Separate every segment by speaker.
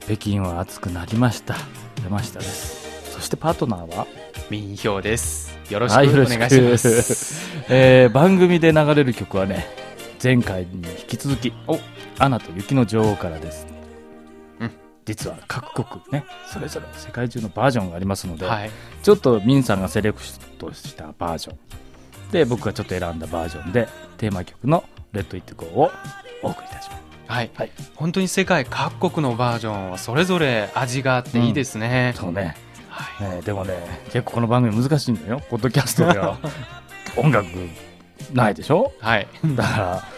Speaker 1: 北京は暑くなりました山下ですそしてパートナーは、
Speaker 2: 民票です。よろしく
Speaker 1: はいよろ
Speaker 2: お
Speaker 1: しく
Speaker 2: 願い します。
Speaker 1: えー番組で流れる曲はね前回に引き続き「おアナと雪の女王」からです、
Speaker 2: うん
Speaker 1: 実は各国ねそれぞれ世界中のバージョンがありますので、
Speaker 2: はい。
Speaker 1: ちょっとミンさんがセレクトしたバージョンで僕がちょっと選んだバージョンでテーマ曲の「レッド・イット・ゴー」をお送りいたします
Speaker 2: はい
Speaker 1: はい。
Speaker 2: 本当に世界各国のバージョンはそれぞれ味があっていいですね。
Speaker 1: そうね、
Speaker 2: はい。
Speaker 1: えーでもね結構この番組難しいんだよポッドキャストでは 音楽ないでしょ
Speaker 2: はい。
Speaker 1: だから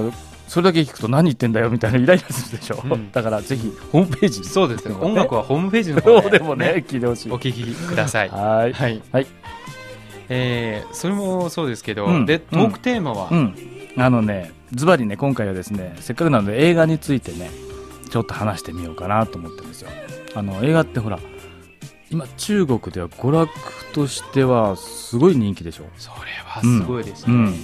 Speaker 1: まあそれだけ聞くと何言ってんだよみたいなイライラするでしょ、
Speaker 2: うん
Speaker 1: だからぜひホームページ
Speaker 2: そうですね。
Speaker 1: ね
Speaker 2: 音楽はホームページの
Speaker 1: ど
Speaker 2: 方
Speaker 1: うでもね聞いてほしい
Speaker 2: お聞きください。
Speaker 1: はい
Speaker 2: はい。
Speaker 1: はい。
Speaker 2: えー、それもそうですけど、
Speaker 1: うん
Speaker 2: で、トークテーマは、
Speaker 1: うん、あのねズバリね今回はですねせっかくなので映画についてねちょっと話してみようかなと思ってるんですよあの映画ってほら今中国では娯楽としてはすごい人気でしょ
Speaker 2: それはすごいです
Speaker 1: う
Speaker 2: ね。
Speaker 1: ん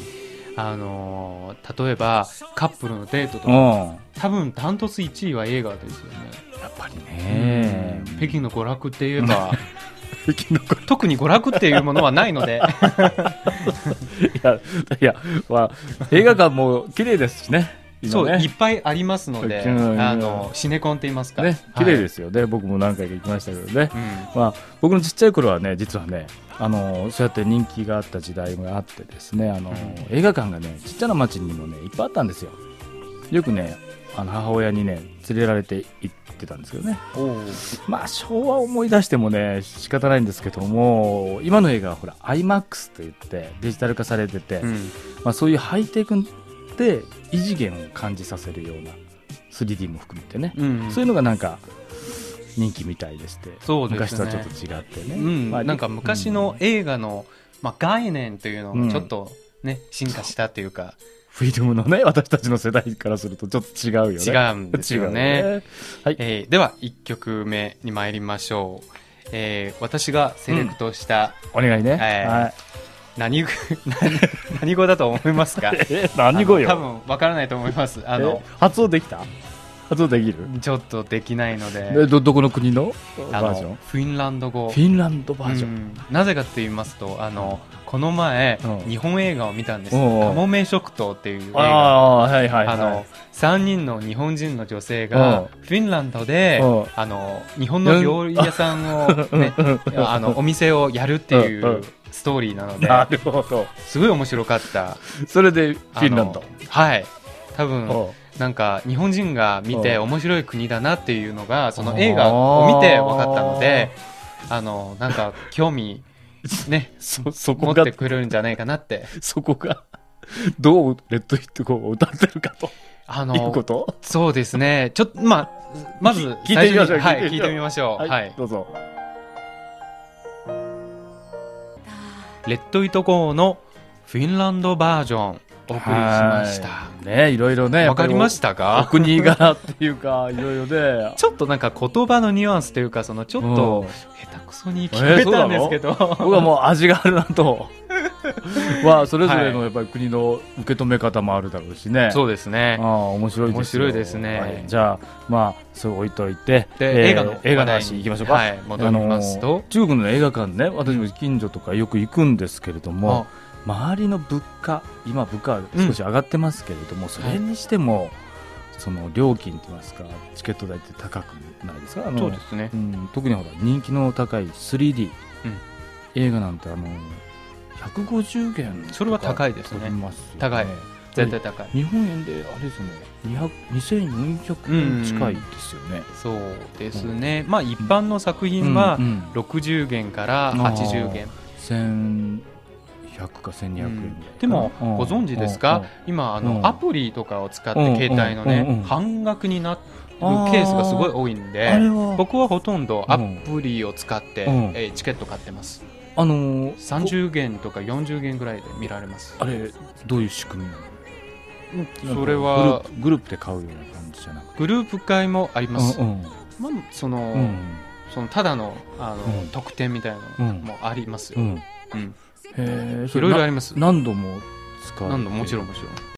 Speaker 2: あのー例えば、カップルのデートと
Speaker 1: うん
Speaker 2: か、
Speaker 1: や
Speaker 2: 多分ダントツ1位は映画ですよね。
Speaker 1: っぱりね
Speaker 2: 北京の娯楽って言え ば、
Speaker 1: 北京のこ
Speaker 2: 特に娯楽っていうものはない ので、
Speaker 1: いやいや、まあ、映画館も綺麗ですしね
Speaker 2: そ
Speaker 1: 今
Speaker 2: う、
Speaker 1: ね
Speaker 2: いっぱいありますので、
Speaker 1: うん
Speaker 2: あの、シネコンって言いますか。。
Speaker 1: ね綺麗ですすよね、僕も何回か行きましたけどね
Speaker 2: うん
Speaker 1: まあ、僕のちっちゃい頃はね実はねあのそうやって人気があった時代があってですねあの、
Speaker 2: う
Speaker 1: 映画館がねちっちゃな町にもねいっぱいあったんですよよくねあの母親にね連れられて行ってたんですけどねまあ昭和を思い出してもね仕方ないんですけども今の映画はほら iMAX といってデジタル化されてて、
Speaker 2: うん
Speaker 1: まあ、そういうハイテクで異次元を感じさせるような 3D も含めてね、
Speaker 2: うん
Speaker 1: そういうのがなんか人気みたいでして
Speaker 2: そうです
Speaker 1: 昔
Speaker 2: ね
Speaker 1: とはちょっと違ってね、
Speaker 2: うん
Speaker 1: まあ
Speaker 2: なんか昔の
Speaker 1: うん
Speaker 2: 映画の、まあ、概念というの
Speaker 1: うん
Speaker 2: がちょっとね、進化したというか、
Speaker 1: フィルムのね私たちの世代からするとちょっと違うよね
Speaker 2: 違うんですよ
Speaker 1: 違う
Speaker 2: ね。
Speaker 1: よはい、
Speaker 2: えーでは、1曲目に参りましょう。えー私がセレクトした、
Speaker 1: お願いね、
Speaker 2: えー
Speaker 1: はい
Speaker 2: 何語 何何語だと思いますか
Speaker 1: え 何語よ
Speaker 2: あの多分わからないと思います。あの
Speaker 1: え、発音できた発音できる、
Speaker 2: ちょっとできないの
Speaker 1: え
Speaker 2: で、
Speaker 1: どどこの国の
Speaker 2: あ
Speaker 1: バージョン
Speaker 2: のフィンランド語
Speaker 1: フ。ィンランドバージョ
Speaker 2: う
Speaker 1: ン、
Speaker 2: んなぜかと言いますとあのこの前、
Speaker 1: うん
Speaker 2: 日本映画を見たんです「
Speaker 1: おうおう
Speaker 2: かもめ食堂」っていう映
Speaker 1: あ
Speaker 2: 画
Speaker 1: あはいはいはい
Speaker 2: あの3人の日本人の女性が
Speaker 1: うん
Speaker 2: フィンランドで
Speaker 1: うん
Speaker 2: あの日本の料理屋さんを、ね、 あのお店をやるってい
Speaker 1: うんうん
Speaker 2: うストーリーなので
Speaker 1: なるほど
Speaker 2: すごい面白かった
Speaker 1: それでフ
Speaker 2: あの
Speaker 1: ィンランド
Speaker 2: はい多分
Speaker 1: おう
Speaker 2: なんか日本人が見て
Speaker 1: う
Speaker 2: 面白い国だなっていうのがその映画を見て分かったのであのなんか興 味ね
Speaker 1: そそ
Speaker 2: 持
Speaker 1: こ
Speaker 2: っ
Speaker 1: が
Speaker 2: てくるんじゃないかなって。
Speaker 1: そこが どうレッドヒットゴーを歌ってるかと
Speaker 2: あ
Speaker 1: いうこ
Speaker 2: の、
Speaker 1: と
Speaker 2: そうですね。ちょっと、まあ、まず、
Speaker 1: 聞いてみましょう
Speaker 2: 最初にはい、
Speaker 1: 聞
Speaker 2: 聞
Speaker 1: い
Speaker 2: い
Speaker 1: て
Speaker 2: て
Speaker 1: み
Speaker 2: みましょう。はい。
Speaker 1: どうぞ
Speaker 2: レッドイトゴーのフィンランドバージョン、お送りしました。
Speaker 1: はいねいろいろね
Speaker 2: わかりました
Speaker 1: たお
Speaker 2: か
Speaker 1: 国柄っていうか いろいろで
Speaker 2: ちょっとなんか言葉のニュアンスというか、そのちょっと
Speaker 1: うん、
Speaker 2: 下手くそに聞こえたんですけど、
Speaker 1: 僕はもう味があるなと はそれぞれのやっぱり国の受け止め方もあるだろうしね
Speaker 2: そうですね
Speaker 1: あ。あ面白いですよ
Speaker 2: 面白いですね
Speaker 1: はいじゃあまあそう置いといてえー
Speaker 2: で、映画の
Speaker 1: 映画の
Speaker 2: 話
Speaker 1: 話
Speaker 2: 題に
Speaker 1: いきましょうか
Speaker 2: はい、戻ります
Speaker 1: あの
Speaker 2: と
Speaker 1: ー、中国の映画館ね私も近所とかよく行くんですけれども周りの物価今物価は少し上がってますけれども、それにしてもその料金といいますかチケット代って高くないですかあ
Speaker 2: あ
Speaker 1: の
Speaker 2: そうですね
Speaker 1: う。ん、特にほら人気の高い 3D、
Speaker 2: うん
Speaker 1: 映画なんてあの150元
Speaker 2: それは高いですね
Speaker 1: 飛びますよね
Speaker 2: 高い絶対高い。
Speaker 1: 日本円であれですね200 2400円近いですよね、
Speaker 2: そうですね。まあ、一般の作品は
Speaker 1: う、んうん
Speaker 2: 60元から80元
Speaker 1: 1100か1200円ぐらいかな、
Speaker 2: うんでもご存知ですか今あ
Speaker 1: う
Speaker 2: の
Speaker 1: ん
Speaker 2: アプリとかを使って
Speaker 1: うん
Speaker 2: 携帯の
Speaker 1: うんうん
Speaker 2: ね
Speaker 1: うん
Speaker 2: 半額になるケ
Speaker 1: あー
Speaker 2: ースがすごい多いん
Speaker 1: あれ
Speaker 2: で
Speaker 1: は
Speaker 2: 僕はほとんどアプリを使って
Speaker 1: うん
Speaker 2: えーチケット買ってます
Speaker 1: あのー
Speaker 2: 30元とか40元ぐらいで見られます
Speaker 1: あれどういう仕組みなのなんか
Speaker 2: それは
Speaker 1: グループグループで買うような感じじゃなくて
Speaker 2: グループ会もあります
Speaker 1: うん
Speaker 2: まあそ
Speaker 1: うんう
Speaker 2: の
Speaker 1: ん
Speaker 2: そのただのあ
Speaker 1: う
Speaker 2: の
Speaker 1: ん
Speaker 2: 特典みたいなのもあります
Speaker 1: う
Speaker 2: よ
Speaker 1: ん
Speaker 2: うん
Speaker 1: へえ
Speaker 2: いろいろあります
Speaker 1: 何度も使う
Speaker 2: 何度ももちろんもちろん